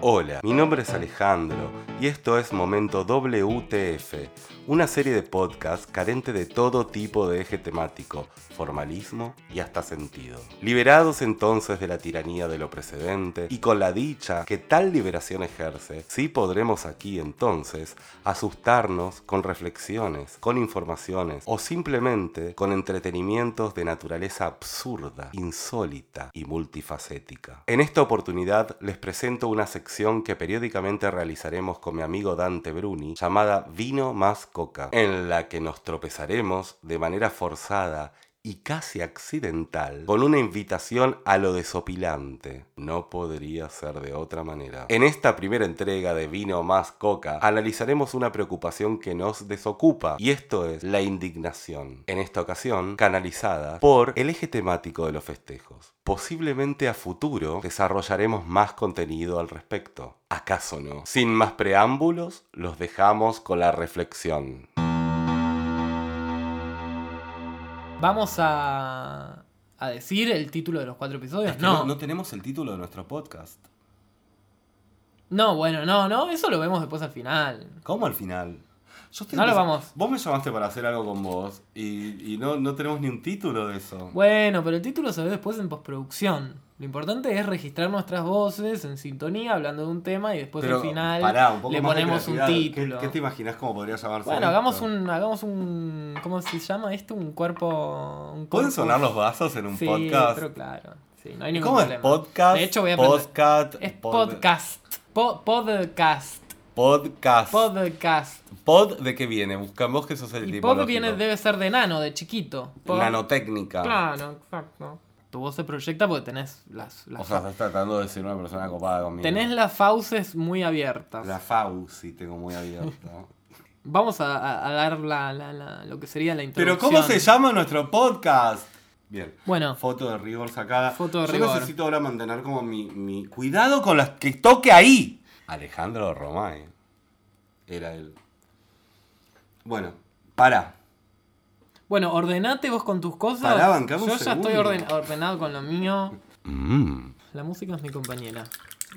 Hola, mi nombre es Alejandro y esto es Momento WTF, una serie de podcasts carente de todo tipo de eje temático, formalismo y hasta sentido. Liberados entonces de la tiranía de lo precedente y con la dicha que tal liberación ejerce, sí podremos aquí entonces asustarnos con reflexiones, con informaciones o simplemente con entretenimientos de naturaleza absurda, insólita y multifacética. En esta oportunidad les presento una sección que periódicamente realizaremos con mi amigo Dante Bruni, llamada Vino más Coca, en la que nos tropezaremos de manera forzada y casi accidental con una invitación a lo desopilante. No podría ser de otra manera. En esta primera entrega de Vino más Coca analizaremos una preocupación que nos desocupa y esto es la indignación. En esta ocasión canalizada por el eje temático de los festejos. Posiblemente a futuro desarrollaremos más contenido al respecto. ¿Acaso no? Sin más preámbulos, los dejamos con la reflexión. Vamos a, a decir el título de los cuatro episodios. Es que no. no tenemos el título de nuestro podcast. No, bueno, no, no, eso lo vemos después al final. ¿Cómo al final? Yo estoy No lo empezando- vamos. Vos me llamaste para hacer algo con vos y, y no, no tenemos ni un título de eso. Bueno, pero el título se ve después en postproducción. Lo importante es registrar nuestras voces en sintonía hablando de un tema y después Pues al final pará, un poco le más de ponemos un creatividad. ¿Qué- título. ¿Qué, te imaginas cómo podría llamarse? bueno, esto? hagamos un, hagamos un. ¿Cómo se llama esto? Un cuerpo. Un ¿Pueden corpus. sonar los vasos en un sí, podcast? pero claro. Sí, no hay ningún ¿Cómo es problema. podcast? De hecho, voy a aprender. podcast, Es pod- podcast. Po- podcast. Podcast. Podcast. Pod, ¿de qué viene? Buscamos que sos el Y tipo pod viene, debe ser de nano, de chiquito. Pod- Nanotécnica. Claro, exacto. Tu voz se proyecta porque tenés las. las O sea, estás tratando de ser una persona copada conmigo. tenés las fauces muy abiertas. La FAU, sí, tengo muy abierta. Vamos a, a- a dar la, la- la- lo que sería la Pero introducción. ¿cómo se llama nuestro podcast? Bien. Bueno. Foto de rigor sacada. Foto de Yo rigor. necesito ahora mantener como mi, mi- Cuidado con las que toque ahí. Alejandro Romae. Era él. Bueno, para. Bueno, ordenate vos con tus cosas. Pará, bancame un Yo ya segundo. estoy orden- ordenado con lo mío. La música es mi compañera.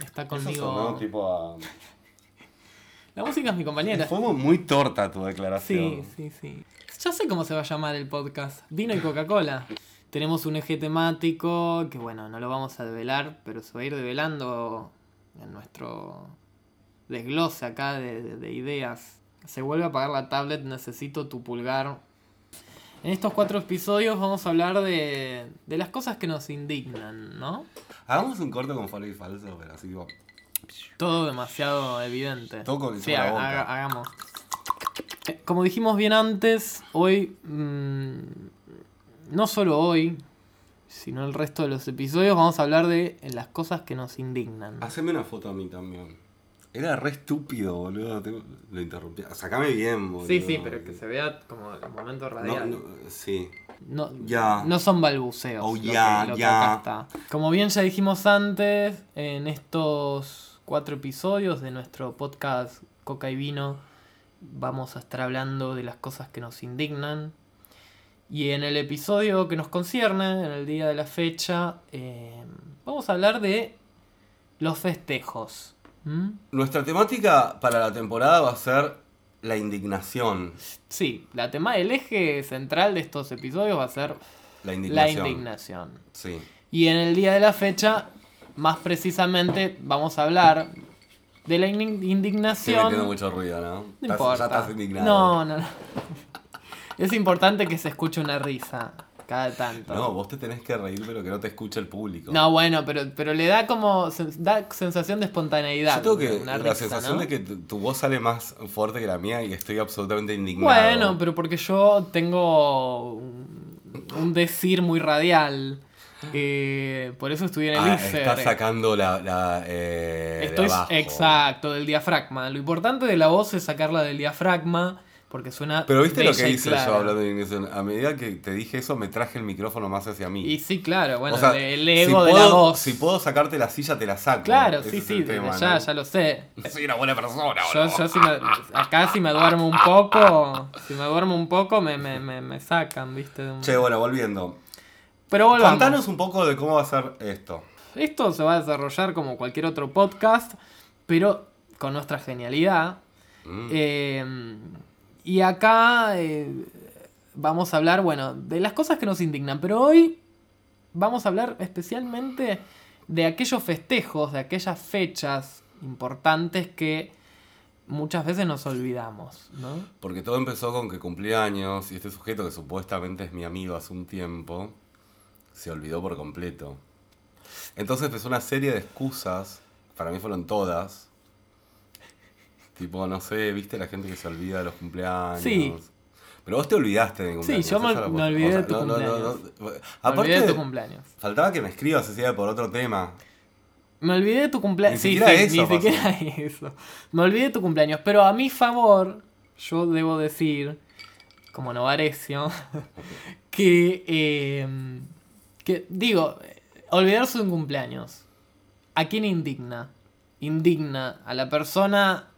Está conmigo. tipo ah, La música es mi compañera. Fue muy torta tu Sí, declaración. sí, sí. Ya sé cómo se va a llamar el podcast. Vino y Coca-Cola. Tenemos un eje temático que, bueno, no lo vamos a develar, pero se va a ir develando en nuestro desglose acá de, de- de ideas. Se vuelve a apagar la tablet, necesito tu pulgar. En estos cuatro episodios vamos a hablar de, de las cosas que nos indignan, ¿no? Hagamos un corto con folio y falso, pero así tipo. Todo demasiado evidente. Todo con el sí, sabor a ha- boca. haga- hagamos. Eh, Como dijimos bien antes, hoy, mm, no solo hoy, sino el resto de los episodios, vamos a hablar de las cosas que nos indignan. Haceme una foto a mí también. Era re estúpido, boludo. te- Lo interrumpí. Sacame bien, boludo. Sí, sí, pero que se vea como el momento No, radial. No, no, sí. Ya. ya. no son balbuceos. Oh, lo que- ya, lo que ya. acá está. Como bien ya dijimos antes, en estos cuatro episodios de nuestro podcast Coca y Vino, vamos a estar hablando de las cosas que nos indignan. Y en el episodio que nos concierne, en el día de la fecha, eh, vamos a hablar de los festejos. ¿Mm? Nuestra temática para la temporada va a ser la indignación. Sí, la tema, el eje central de estos episodios va a ser La indignación. la indignación. Sí. Y en el día de la fecha, más precisamente, vamos a hablar de la in- Estoy indignación. metiendo mucho ruido, ¿no? No Estás- importa. Ya estás indignado. No, no, no. Es importante que se escuche una risa cada tanto. No, vos te tenés que reír, pero que no te escuche el público. No, bueno, pero, pero le da como. sen- da sensación de espontaneidad. Yo tengo que, una la risa, sensación ¿no? de que tu, tu voz sale más fuerte que la mía y estoy absolutamente indignado. Bueno, pero porque yo tengo un, un decir muy radial. Eh, por eso estudié en el Ah, ISER. estás sacando la. la, eh, de Estoy abajo. exacto, del diafragma. Lo importante de la voz es sacarla del diafragma porque suena. Pero viste lo bella que y hice clara. yo hablando de indignación. A medida que te dije eso, me traje el micrófono más hacia mí. Y sí, claro, bueno, O sea, el ego si de puedo, la voz. Si puedo sacarte la silla, te la saco. claro, Ese sí, es sí, el desde tema, ya, ¿no? ya lo sé. Soy una buena persona, Yo, boludo. yo si me- acá si me duermo un poco, si me duermo un poco me, me, me, me sacan, viste. de un- Che, bueno, volviendo. Pero volvamos. Contanos un poco de cómo va a ser esto. Esto se va a desarrollar como cualquier otro podcast. pero con nuestra genialidad. Mm. Eh, y acá eh, vamos a hablar, bueno, de las cosas que nos indignan, pero hoy vamos a hablar especialmente de aquellos festejos, de aquellas fechas importantes que muchas veces nos olvidamos, ¿no? Porque todo empezó con que cumplí años y este sujeto que supuestamente es mi amigo hace un tiempo se olvidó por completo. Entonces empezó una serie de excusas, para mí fueron todas. Tipo, no sé, viste la gente que se olvida de los cumpleaños. Sí. Pero vos te olvidaste de mi cumpleaños. yo me- esa es la me posta. olvidé de tu Me Aparte, olvidé de tu cumpleaños. faltaba que me escribas Cecilia por otro tema. Me olvidé de tu cumpleaños. Ni Sí, siquiera sí, eso ni pasó. siquiera eso. Me olvidé de tu cumpleaños. Pero a mi favor, yo debo decir, como novarecio, que, eh, que digo, olvidarse de un cumpleaños. ¿A quién indigna? Indigna a la persona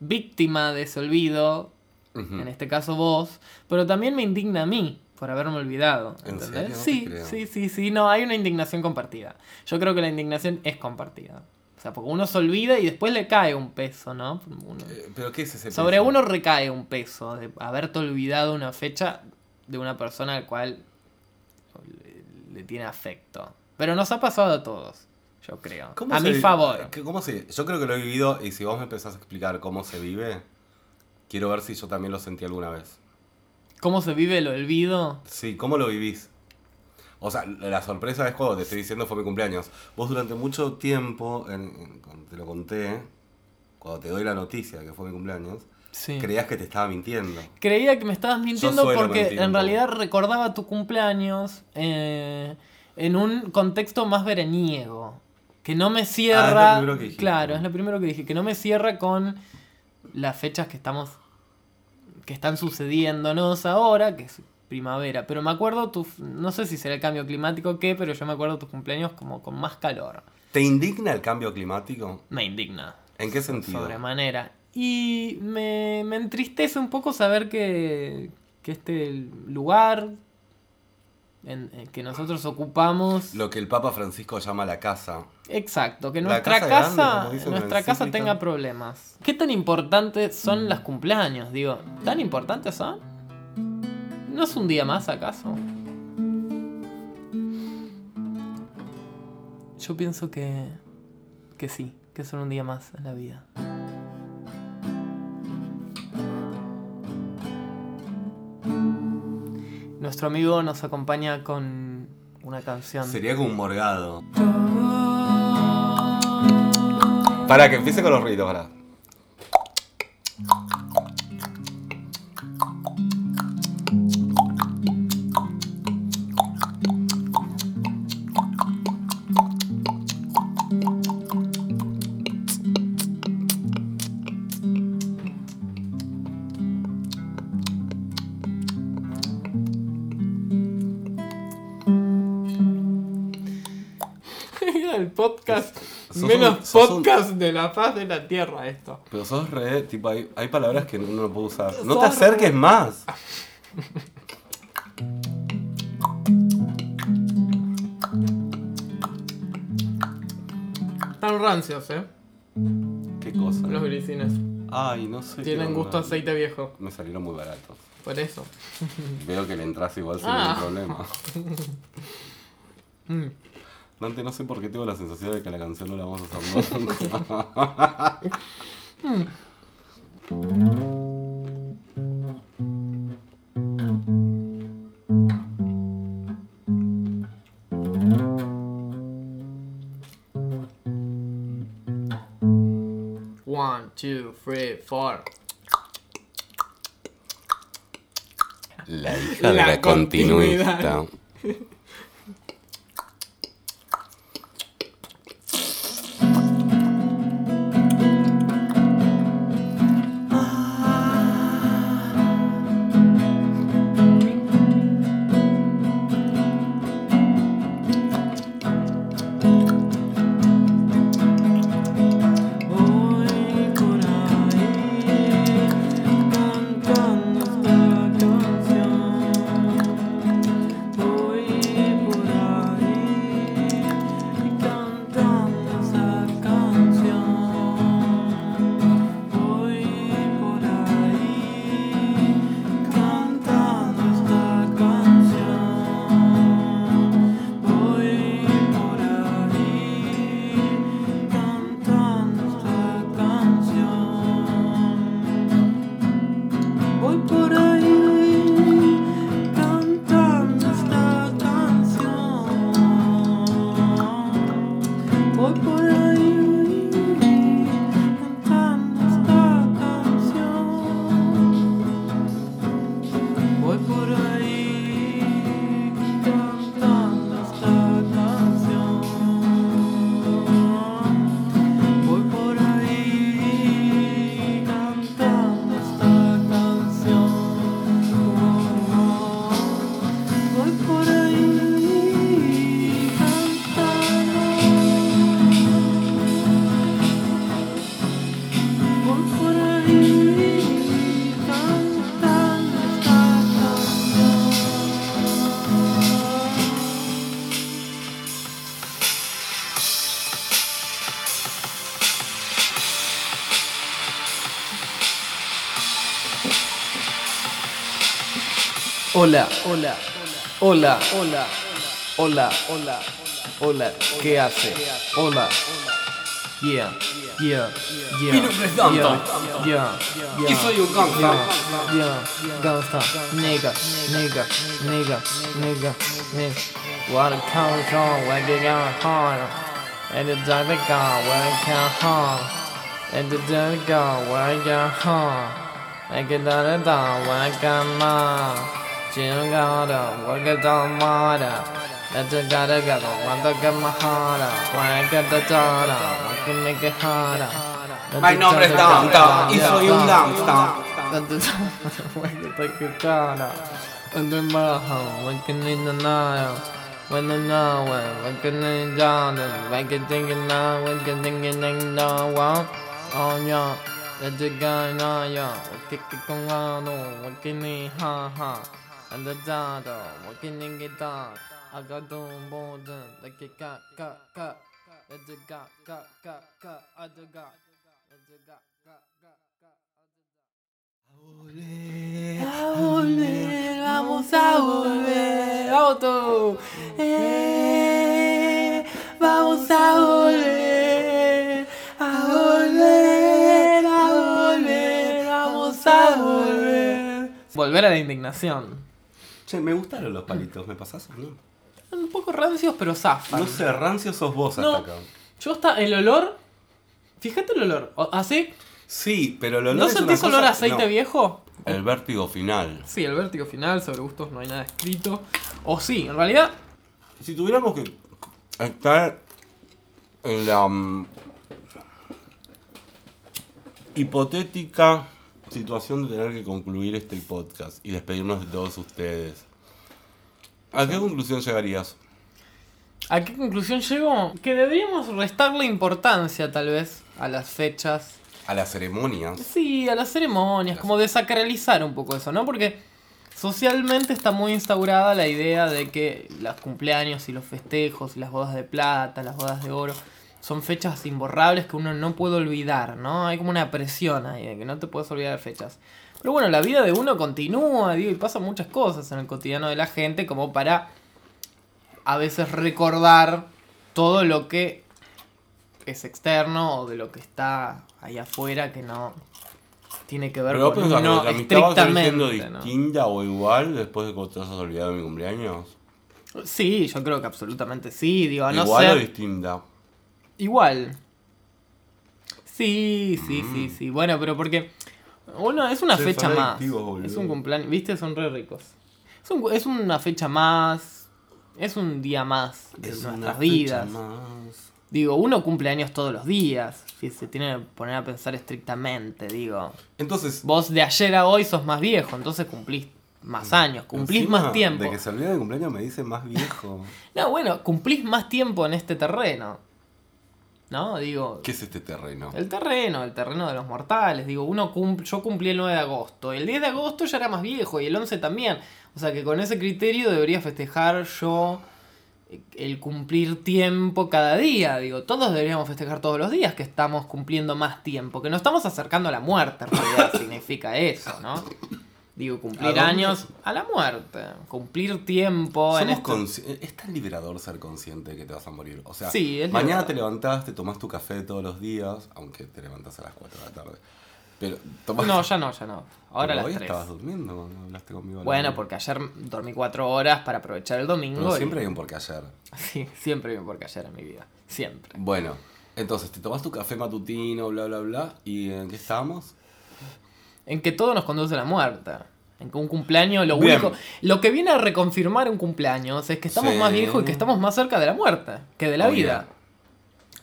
víctima de ese olvido, Ujú. en este caso vos, pero también me indigna a mí por haberme olvidado. ¿En ¿entendés? serio? No te Sí, creo. sí, sí, sí, no, hay una indignación compartida. Yo creo que la indignación es compartida. O sea, porque uno se olvida y después le cae un peso, ¿no? Uno- Eh, ¿Pero qué es ese sobre peso? uno recae un peso de haberte olvidado una fecha de una persona al cual le, le tiene afecto. Pero nos ha pasado a todos, yo creo. ¿Cómo a se mi vi- Ah. favor. ¿Qué- ¿Cómo se, yo creo que lo he vivido y si vos me empezás a explicar cómo se vive, quiero ver si yo también lo sentí alguna vez. ¿Cómo se vive el olvido? Sí, ¿cómo lo vivís? O sea, la sorpresa es cuando te estoy diciendo fue mi cumpleaños. Vos durante mucho tiempo, en- en- cuando te lo conté, cuando te doy la noticia de que fue mi cumpleaños, Sí. creías que te estaba mintiendo. Creía que me estabas mintiendo suelo porque mentir un en poco. realidad recordaba tu cumpleaños eh, en un contexto más veraniego. Que no me cierra. Ah, primero que dijiste. claro, es lo primero que dije. Que no me cierra con las fechas que estamos. que están sucediéndonos ahora, que es primavera. Pero me acuerdo tu. No sé si será el cambio climático o qué, pero yo me acuerdo tus cumpleaños como con más calor. ¿Te indigna el cambio climático? Me indigna. ¿En qué sentido? Sobremanera. Y me, me entristece un poco saber que, que este lugar en- en que nosotros ocupamos. Lo que el Papa Francisco llama la casa. Exacto, que La nuestra casa casa, grande, como dice una nuestra casa encíclica. tenga problemas. ¿Qué tan importantes Mm. son los cumpleaños? Digo, ¿tan importantes son? ¿No es un día más acaso? Yo pienso que que sí, que son un día más en la vida. Nuestro amigo nos acompaña con una canción. Sería como un morgado. Para que empiece con los ruidos, para. el podcast Sos un- menos sos un- podcast de la faz de la tierra esto. Pero sos re, tipo, hay, hay palabras que uno no puede usar. No Sos te acerques más. Están rancios, eh, Qué cosa. los grisines. Ay, no sé. qué Tienen onda. gusto a aceite viejo, Me salieron muy baratos. por eso. Veo que le entras igual sin Ah. ningún problema. Mm. Dante, no sé por qué tengo la sensación de que la canción no la vamos a usar nunca. One, two, three, four. La hija de La la continuidad. continuista. Voy por ahí cantando esta canción. Voy por ahí cantando esta canción. Hola, hola, hola, hola, hola, hola, hola, ¿qué hace? Hola, yeah, yeah, yeah. Mi nombre es Danta. yeah, yeah, yeah, Y soy un gangsta. Yeah, yeah, gangsta, nigga, nigga, nigga, nigga, nigga. What a count is on, when they got hard. And the dirty gun, when I got hard. And the dirty gun, when I got hard. And get down and down, when I got mad. Jim got a work it down harder. And the gotta got a want to get my harder. When I get the daughter, I can make it harder. And Mi the nombre es dirty gun, Danta y yeah, soy un Danta. gangsta. 아, Entonces, la guitarra. Cuando el bajo, waking in the night. When the now, waking in the dawn. Waking thinking now, waking thinking in the wow. Oh, yeah. Let it go now, yeah. Waking going on, waking in ha ha. And the dada, waking in guitar. I got the board, like it got, got, got. Let it go, got, got, got. I do got. Let it go, got, got, got. Vamos a volver. Auto. Eh, vamos a volver. A volver. A volver. Vamos a volver. Volver a la indignación. Che, me gustaron los palitos, ¿me pasás o no? Un poco rancios, pero zafan. No sé, rancio sos vos No. hasta acá. Yo hasta el olor. Fíjate el olor. O- Así. Sí, pero el olor ¿No es una sentís olor cosa- a aceite no. viejo? El vértigo final. Sí, el vértigo final, sobre gustos no hay nada escrito. O sí, en realidad, Si tuviéramos que estar en la mm, hipotética situación de tener que concluir este podcast y despedirnos de todos ustedes, ¿a qué conclusión llegarías? ¿A qué conclusión llegó? Que deberíamos restarle importancia, tal vez, a las fechas. A las ceremonias. Sí, a las ceremonias, como desacralizar un poco eso, ¿no? Porque socialmente está muy instaurada la idea de que los cumpleaños y los festejos, y las bodas de plata, las bodas de oro, son fechas imborrables que uno no puede olvidar, ¿no? Hay como una presión ahí de que no te puedes olvidar de fechas. Pero bueno, la vida de uno continúa, digo, y pasan muchas cosas en el cotidiano de la gente como para a veces recordar todo lo que es externo o de lo que está ahí afuera que no tiene que ver ¿Pero vos con pensás uno que mi amistad va a seguir siendo estrictamente. ¿no? distinta o igual después de que te has olvidado de mi cumpleaños? Sí, yo creo que absolutamente sí, digo, a no igual o ser distinta. igual. Sí, sí, sí, sí. Bueno, pero porque uno es una Che, fecha Mm. son más. adictivos, boludo. Es un cumpleaños, ¿viste? Son re ricos. Es, un- es una fecha más. Es un día más de Es una nuestras fecha vidas. más. Digo, uno cumple años todos los días, si se tiene que poner a pensar estrictamente, digo. Entonces, Vos de ayer a hoy sos más viejo, entonces cumplís más años, cumplís Mm. Encima más tiempo. De que se olvida de cumpleaños me dice más viejo. No, bueno, cumplís más tiempo en este terreno. ¿No? Digo, ¿Qué es este terreno? el terreno, el terreno de los mortales. Digo, uno cum- yo cumplí el 9 de agosto. El 10 de agosto ya era más viejo y el 11 también. O sea que con ese criterio debería festejar yo eh, el cumplir tiempo cada día. Digo, todos deberíamos festejar todos los días que estamos cumpliendo más tiempo. Que nos estamos acercando a la muerte, en realidad significa eso, ¿no? Digo, ¿A cumplir dónde? años a la muerte. Cumplir tiempo en Somos este- consci- eh, es tan liberador ser consciente que te vas a morir. O sea, Sí, es mañana liberador. te levantás, te tomás tu café todos los días, aunque te levantás a las 4 de la tarde. Pero tomás. No, ya no, ya no. Ahora Pero a hoy las tres. estabas durmiendo cuando hablaste conmigo. a la Bueno, mañana. porque ayer dormí cuatro horas para aprovechar el domingo. Pero y- siempre hay un porque ayer. Sí, siempre bien porque ayer en mi vida. Siempre. Bueno, entonces te tomás tu café matutino, bla, bla, bla. ¿Y en qué estábamos? En que todo nos conduce a la muerte. En que un cumpleaños, lo Bien. único. Lo que viene a reconfirmar un cumpleaños es que estamos Sí. más viejos y que estamos más cerca de la muerte que de la Obvio. vida.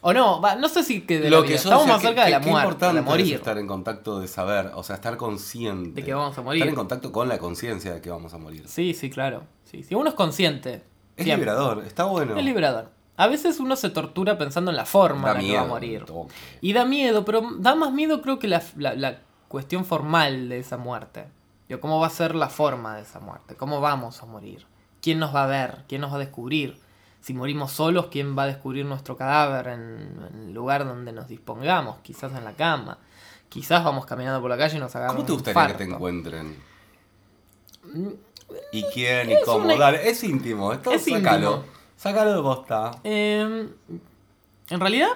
O no, va, no sé si que de la vida. yo Estamos decía, más qué- cerca de qué- la qué muerte, de importante la es morir. estar en contacto de saber, o sea, estar consciente. De que vamos a morir. Estar en contacto con la conciencia de que vamos a morir. Sí, sí, claro. Sí, sí. Uno es consciente. Es siempre. liberador, está bueno. Es liberador. A veces uno se tortura pensando en la forma Da en la que miedo, va a morir. un toque. Y da miedo, pero da más miedo creo que la, la- la cuestión formal de esa muerte. Digo, ¿Cómo va a ser la forma de esa muerte? ¿Cómo vamos a morir? ¿Quién nos va a ver? ¿Quién nos va a descubrir? Si morimos solos, ¿quién va a descubrir nuestro cadáver en, en el lugar donde nos dispongamos? Quizás en la cama. Quizás vamos caminando por la calle y nos hagamos ¿Cómo te un gustaría que te infarto. encuentren? y quién y cómo. una- Dale, es íntimo. Esto Es sácalo. íntimo. Sácalo de posta. Eh, en realidad,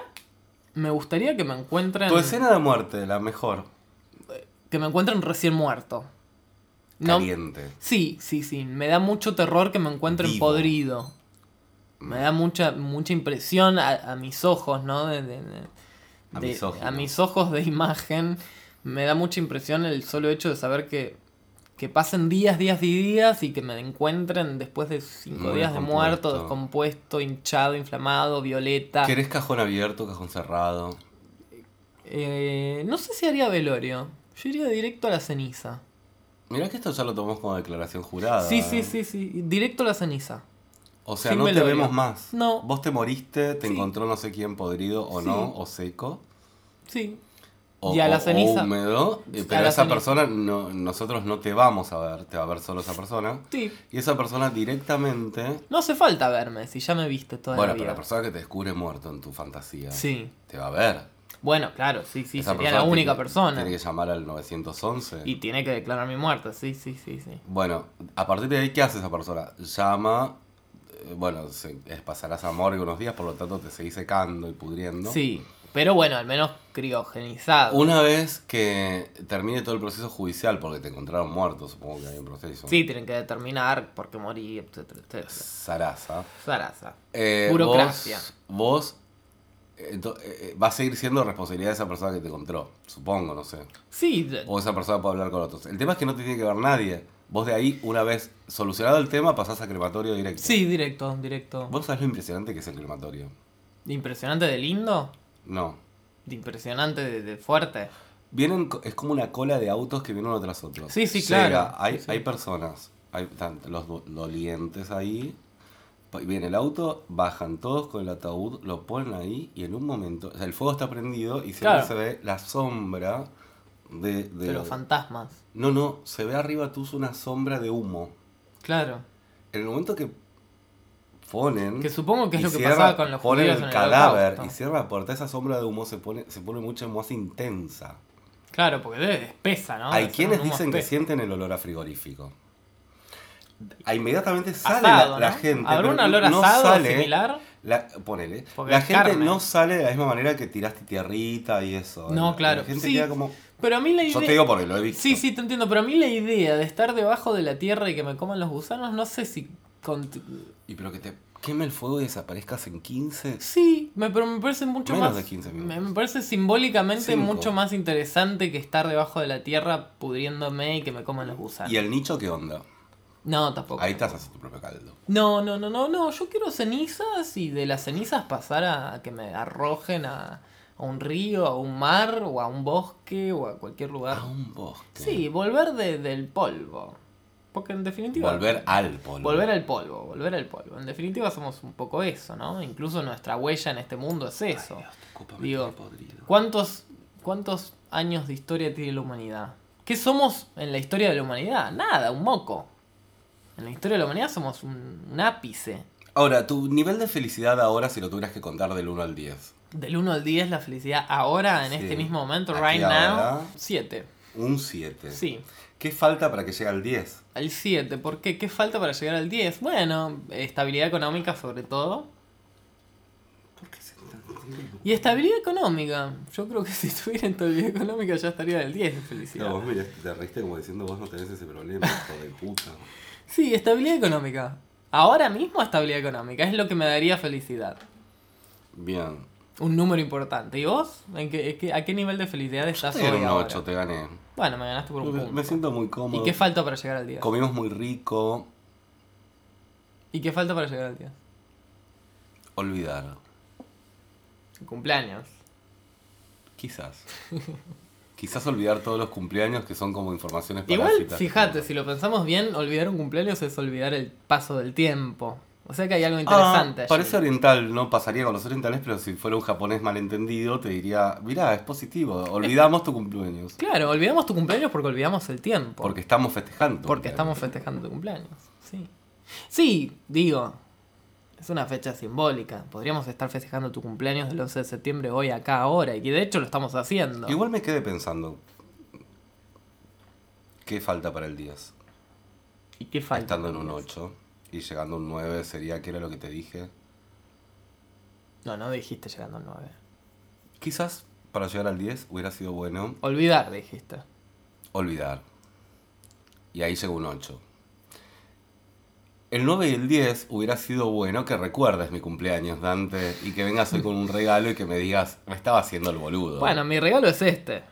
me gustaría que me encuentren. Tu escena de muerte, la mejor. Que me encuentren recién muerto. No, Caliente. sí, sí, sí. Me da mucho terror que me encuentren Vivo. podrido. Me da mucha, mucha impresión a, a mis ojos, ¿no? De- de- de- A de- mis ojos. a mis ojos de imagen. Me da mucha impresión el solo hecho de saber que, que pasen días, días y días y que me encuentren después de cinco Muy días de muerto, descompuesto. descompuesto, hinchado, inflamado, violeta. ¿Querés cajón abierto, cajón cerrado? Eh, no sé si haría velorio. Yo iría directo a la ceniza. Mirá que esto ya lo tomamos como declaración jurada. Sí, ¿eh? sí, sí, sí. Directo a la ceniza. O sea, Sin no te velorio. vemos más. No. Vos te moriste, te Sí. encontró no sé quién podrido o Sí. no, o seco. Sí. O, Y a la o- o ceniza. húmedo, eh, A pero la esa ceniza. persona, no, nosotros no te vamos a ver, te va a ver solo esa persona. Sí. Y esa persona directamente. No hace falta verme si ya me viste toda bueno, la pero vida. la persona que te descubre muerto en tu fantasía. Sí. Te va a ver. Bueno, claro, sí, sí. Esa sería la tiene- única persona. Tiene que llamar al 911. Y tiene que declarar mi muerte. Sí, sí, sí, sí. Bueno, a partir de ahí, ¿qué hace esa persona? Llama. eh, Bueno, se- eh, pasarás a morgue unos días, por lo tanto te seguís secando y pudriendo. Sí. Pero bueno, al menos criogenizado. Una vez que termine todo el proceso judicial, porque te encontraron muerto, supongo que hay un proceso. Sí, tienen que determinar por qué morí, etcétera, etcétera. Sarasa. Zaraza. Eh, Burocracia. Vos, vos, eh, to- eh, eh, va a seguir siendo responsabilidad de esa persona que te encontró, supongo, no sé. Sí, de- O esa persona puede hablar con otros. El tema es que no te tiene que ver nadie. Vos de ahí, una vez solucionado el tema, pasás a crematorio directo. sí, directo, directo. ¿Vos sabés lo impresionante que es el crematorio? Impresionante de lindo. No. de Impresionante de- de fuerte. Vienen, co- es como una cola de autos que vienen uno tras otro. Sí, sí, Llega, claro. Hay, Sí, sí. hay personas, hay tan- los do- dolientes ahí. pa- Viene el auto, bajan todos con el ataúd, lo ponen ahí y en un momento, o sea, el fuego está prendido y siempre Claro. se ve la sombra de... de- De los fantasmas. no, no, se ve arriba tú una sombra de humo. Claro. En el momento que ponen... Que supongo que ¿Mm? es y lo que cierra- pasaba con los Ponen judíos el en cadáver y holocausto. cierra la puerta, esa sombra de humo se pone, se pone mucho más intensa. Claro, porque debe de espesa, Ah, ¿no? Hay Debe ser quienes un humo dicen que espeso. sienten el olor a frigorífico. Ah, Inmediatamente sale Asado, la, la ¿no? gente. ¿Habrá pero un olor no asado sale- ¿eh? similar? La, ponele. Porque La es gente carne. no sale de la misma manera que tiraste tierrita y eso. No, La- claro, La gente sí. queda como. Pero a mí la idea... Yo te digo porque lo he visto. Sí, sí, te entiendo. Pero a mí la idea de estar debajo de la tierra y que me coman los gusanos, no sé si... con- Y pero que te queme el fuego y desaparezcas en 15. Sí, me, pero me parece mucho Menos más... de 15 minutos. me, me parece simbólicamente Cinco. mucho más interesante que estar debajo de la tierra pudriéndome y que me coman los gusanos. ¿Y el nicho qué onda? No, tampoco. Ahí estás haciendo tu propio caldo. No, no, no, no, no. Yo quiero cenizas y de las cenizas pasar a, a que me arrojen a, a un río, a un mar o a un bosque o a cualquier lugar. A un bosque. Ah. Sí, volver de- del polvo. Porque en definitiva... Volver al polvo. Volver al polvo, volver al polvo. En definitiva somos un poco eso, ¿no? Incluso nuestra huella en este mundo es eso. Copa me Digo, tiene podrido. ¿cuántos, ¿cuántos años de historia tiene la humanidad? ¿Qué somos en la historia de la humanidad? Nada, un moco. En la historia de la humanidad somos un, un ápice. Ahora, tu nivel de felicidad ahora, si lo tuvieras que contar del 1 al 10. Del 1 al 10 la felicidad ahora, en Sí. este mismo momento, Aquí right ahora. now, 7. Un 7. Sí, ¿Qué falta para que llegue al 10? al 7. ¿Por qué? ¿Qué falta para llegar al 10? Bueno, estabilidad económica sobre todo. Y estabilidad económica. Yo creo que si tuviera estabilidad económica ya estaría del 10 de felicidad. vos mirá, te reíste como diciendo vos no tenés ese problema, hijo de puta. Sí, estabilidad económica. Ahora mismo estabilidad económica es lo que me daría felicidad. Bien. Un número importante. ¿Y vos? ¿En qué, en qué- ¿A qué nivel de felicidad estás Te hoy dieron un ahora? 8, te gané. Bueno, me ganaste por un punto. Me siento muy cómodo. ¿Y qué falta para llegar al 10? Comimos muy rico. ¿Y qué falta para llegar al 10? Olvidar. Cumpleaños. Quizás. Quizás olvidar todos los cumpleaños que son como informaciones Igual, parásitas. fíjate, si lo pensamos bien, olvidar un cumpleaños es olvidar el paso del tiempo. O sea que hay algo Ah, interesante. allí. parece oriental, no pasaría con los orientales, pero si fuera un japonés malentendido te diría, mirá, es positivo, olvidamos tu cumpleaños. Claro, olvidamos tu cumpleaños porque olvidamos el tiempo. Porque estamos festejando. tu Porque cumpleaños. estamos festejando tu cumpleaños. Sí. Sí, digo. Es una fecha simbólica. Podríamos estar festejando tu cumpleaños del 11 de septiembre hoy, acá, ahora. Y de hecho lo estamos haciendo. Igual me quedé pensando. ¿Qué falta para el 10? ¿Y qué falta? Estando en un 8 y llegando a un 9 sería, ¿qué era lo que te dije? No, no dijiste llegando al 9. Quizás para llegar al 10 hubiera sido bueno Olvidar, dijiste. olvidar. Y ahí llegó un 8. El 9 y el 10 hubiera sido bueno que recuerdes mi cumpleaños, Dante, y que vengas hoy con un regalo y que me digas, me estaba haciendo el boludo. Bueno, mi regalo es este.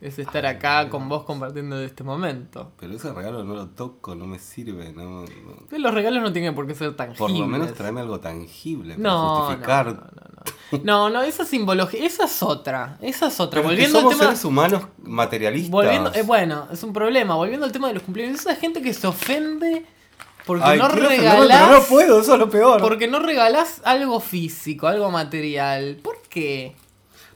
Es estar acá con vos compartiendo este momento. Pero ese regalo no lo toco, no me sirve, no... no- Pero los regalos no tienen por qué ser tangibles. Por lo menos tráeme algo tangible para no, no, justificar. no, no, no. No, no, esa simbología, esa es otra. Esa es otra. Pero es que volviendo al somos tema. seres humanos materialistas. Volviendo, eh, bueno, es un problema. Volviendo al tema de los cumpleaños. Esa gente que se ofende porque Ay, no quiero regalás. ofenderme, pero no puedo, eso es lo peor. Porque no regalás algo físico, algo material. ¿Por qué?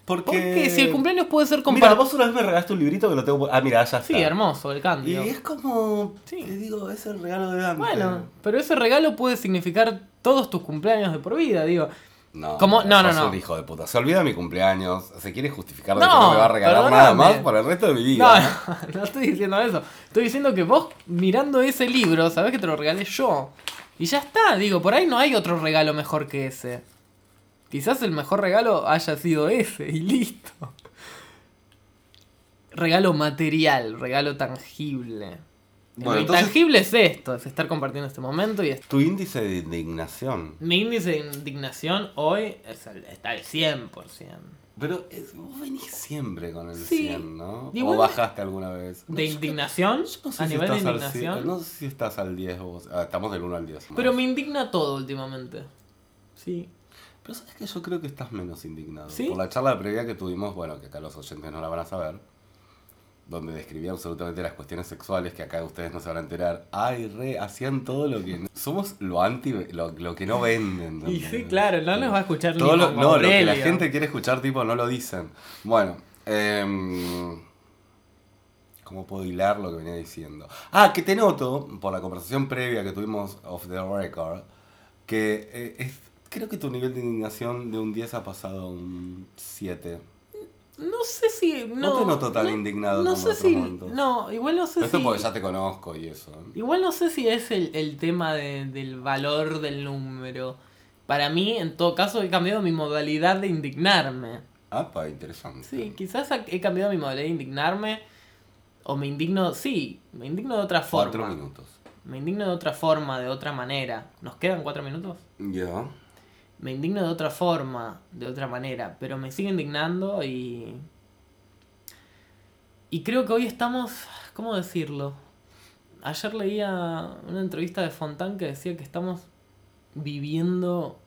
Porque... ¿Por qué? Si el cumpleaños puede ser Mira, compartido. vos una vez me regalaste un librito que lo tengo... por- Ah, mira, ya está. Sí, hermoso, el Y cambio. es como. Sí. te digo, es el regalo de Dante. Bueno, pero ese regalo puede significar todos tus cumpleaños de por vida, digo. No, ¿Cómo? No, no, sos no. un hijo de puta. Se olvida mi cumpleaños. Se quiere justificar de que No, no me va a regalar nada perdóname. más para el resto de mi No, vida. no, no estoy diciendo eso. Estoy diciendo que vos mirando ese libro, sabés que te lo regalé yo. Y ya está, digo, por ahí no hay otro regalo mejor que ese. Quizás el mejor regalo haya sido ese y listo. Regalo material, regalo tangible. Bueno, Lo entonces- intangible es esto, es estar compartiendo este momento y es- Tu índice de indignación. mi índice de indignación hoy es al- está al 100%. Pero es- vos venís siempre con el Sí. 100, ¿no? Y o bueno, bajaste alguna vez. No, ¿De yo- indignación? yo no sé ¿A si nivel de estás al 100, indignación? No sé si estás al 10 vos. Ah, estamos del 1 al 10. más. Pero me indigna todo últimamente. Sí. Pero sabes que yo creo que estás menos indignado. ¿Sí? Por la charla previa que tuvimos, bueno, que acá los oyentes no la van a saber, donde describía absolutamente las cuestiones sexuales que acá ustedes no se van a enterar. Ay, re, hacían todo lo que. no- Somos lo anti. lo, lo que no venden. Y ¿entendés? sí, claro, no nos va a escuchar ni Todo lo, Marco no, lo que la Aurelio. gente quiere escuchar, tipo, no lo dicen. Bueno, em, ¿cómo puedo hilar lo que venía diciendo? Ah, que te noto, por la conversación previa que tuvimos off the record, que eh, es- creo que tu nivel de indignación de un 10 ha pasado a un 7. No sé si. No, te noto tan indignado No como sé otros si. momentos. No, igual no sé Esto si. porque ya te conozco y eso. Igual no sé si es el, el tema de- del valor del número. Para mí, en todo caso, he cambiado mi modalidad de indignarme. Ah, pa, interesante. Sí, quizás ha- he cambiado mi modalidad de indignarme. O me indigno. Sí, me indigno de otra forma. Cuatro minutos. Me indigno de otra forma, de otra manera. ¿Nos quedan cuatro minutos? Ya. me indigno de otra forma, de otra manera, pero me sigue indignando y... Y creo que hoy estamos, ¿cómo decirlo? Ayer leía una entrevista de Fontán que decía que estamos viviendo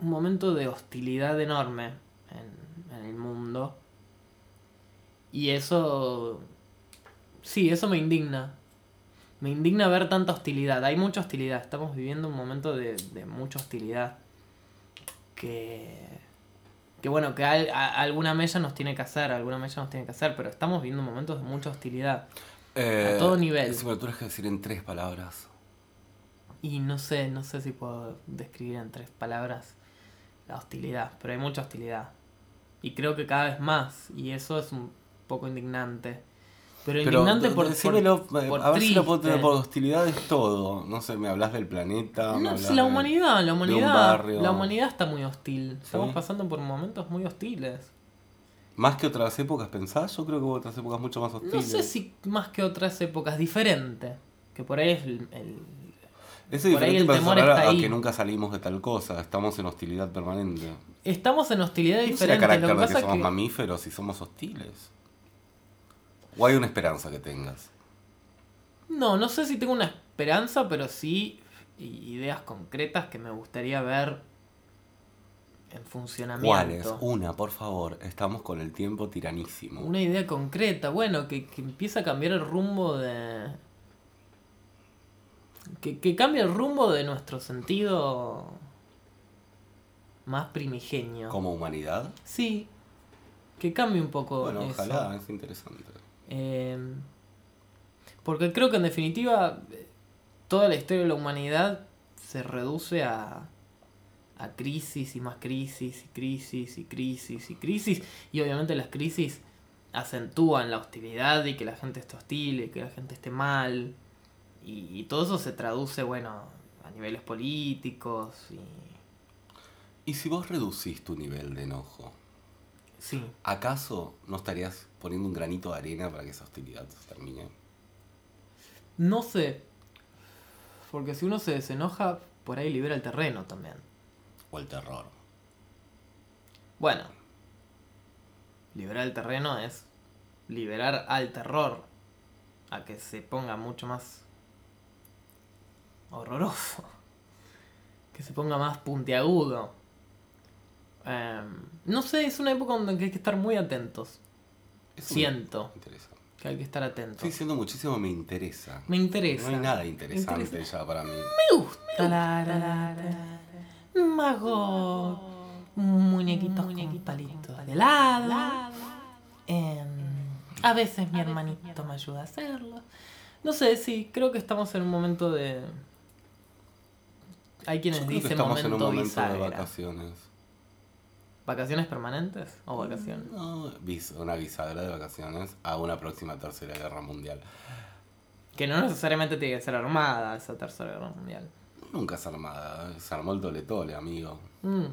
un momento de hostilidad enorme en, en el mundo. Y eso... Sí, eso me indigna. Me indigna ver tanta hostilidad. Hay mucha hostilidad. Estamos viviendo un momento de, de mucha hostilidad que que bueno que al- a- alguna mella nos tiene que hacer alguna mella nos tiene que hacer pero estamos viendo momentos de mucha hostilidad Eh, todo nivel. Si me lo tuvieras que decir en tres palabras. y no sé no sé si puedo describir en tres palabras la hostilidad pero hay mucha hostilidad y creo que cada vez más y eso es un poco indignante pero, indignante d- por, decímelo, por- eh, por a ver si lo puedo triste. tener por hostilidad es todo. No sé, me hablas del planeta. me No, hablas es la de- humanidad, la humanidad, barrio. la humanidad está muy hostil. Estamos Sí. pasando por momentos muy hostiles. Más que otras épocas, ¿pensás? Yo creo que hubo otras épocas mucho más hostiles. No sé si más que otras épocas, diferente. Que por ahí es el. el- Ese por ahí diferente el temor pensar está a ahí. que nunca salimos de tal cosa. Estamos en hostilidad permanente. Estamos en hostilidad ¿No será diferente. Lo carácter que de que pasa somos que. mamíferos y somos hostiles? ¿O hay una esperanza que tengas? No, no sé si tengo una esperanza, pero sí i- ideas concretas que me gustaría ver en funcionamiento. ¿Cuál es? Una, por favor. Estamos con el tiempo tiranísimo. Una idea concreta, bueno, que, que empieza a cambiar el rumbo de. Que, que cambie el rumbo de nuestro sentido más primigenio. ¿Como humanidad? Sí, que cambie un poco Bueno, eso. ojalá. Es interesante. Eh, porque creo que en definitiva eh, toda la historia de la humanidad se reduce a, a crisis y más crisis y crisis y crisis y crisis. Y obviamente las crisis acentúan la hostilidad y que la gente esté hostil y que la gente esté mal. Y, y todo eso se traduce, bueno, a niveles políticos y... ¿Y si vos reducís tu nivel de enojo, Sí, acaso no estarías poniendo un granito de arena para que esa hostilidad se termine? no sé. Porque si uno se desenoja, por ahí libera el terreno también. O el terror. Bueno, liberar el terreno es liberar al terror a que se ponga mucho más horroroso, que se ponga más puntiagudo. Em, no sé, es una época donde hay que estar muy atentos. Eso me Siento interesa. que hay que estar atentos. Estoy diciendo muchísimo, me interesa. Me interesa. No hay nada interesante ya para mí. Me gusta. Tararara. Mago. Oh, Muñequitos, con palitos de lado. Em, a veces mi hermanito me ayuda a hacerlo. No sé, sí, creo que estamos en un momento de. Hay Yo quienes creo que dicen estamos momento, en un momento de bisagra. vacaciones. ¿Vacaciones permanentes o vacaciones? No, bis- una bisagra de vacaciones a una próxima tercera guerra mundial. Que no necesariamente tiene que ser armada esa tercera guerra mundial. Nunca se armada, se armó el doletole, amigo. Mm.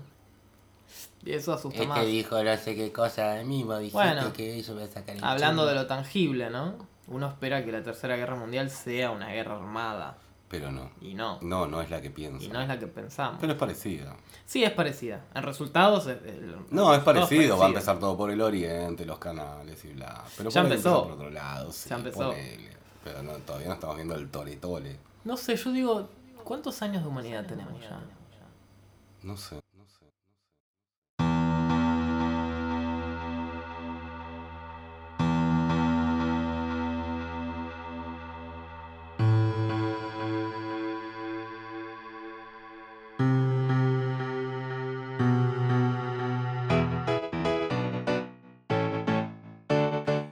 Y eso asusta más. Este dijo no sé qué cosa de mí, vos dijiste Bueno, que eso me sacar Hablando de lo tangible, ¿no? Uno espera que la Tercera Guerra Mundial sea una guerra armada. Pero no. Y no. No, no es la que pienso. Y no es la que pensamos. Pero es parecida. Sí, es parecida. En resultados. es- el- No, es todo parecido. Va a empezar todo por el oriente, los canales y bla. Pero Ya por ahí empezó. empieza Por otro lado, sí, Ya empezó. ponele. Pero no, todavía no estamos viendo el tole tole. No sé, yo digo, ¿cuántos años de humanidad tenemos ya? No sé, no sé.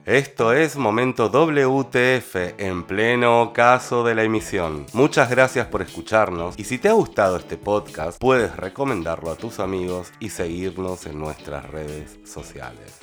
Esto es Momento WTF en pleno ocaso de la emisión. Muchas gracias por escucharnos y si te ha gustado este podcast puedes recomendarlo a tus amigos y seguirnos en nuestras redes sociales.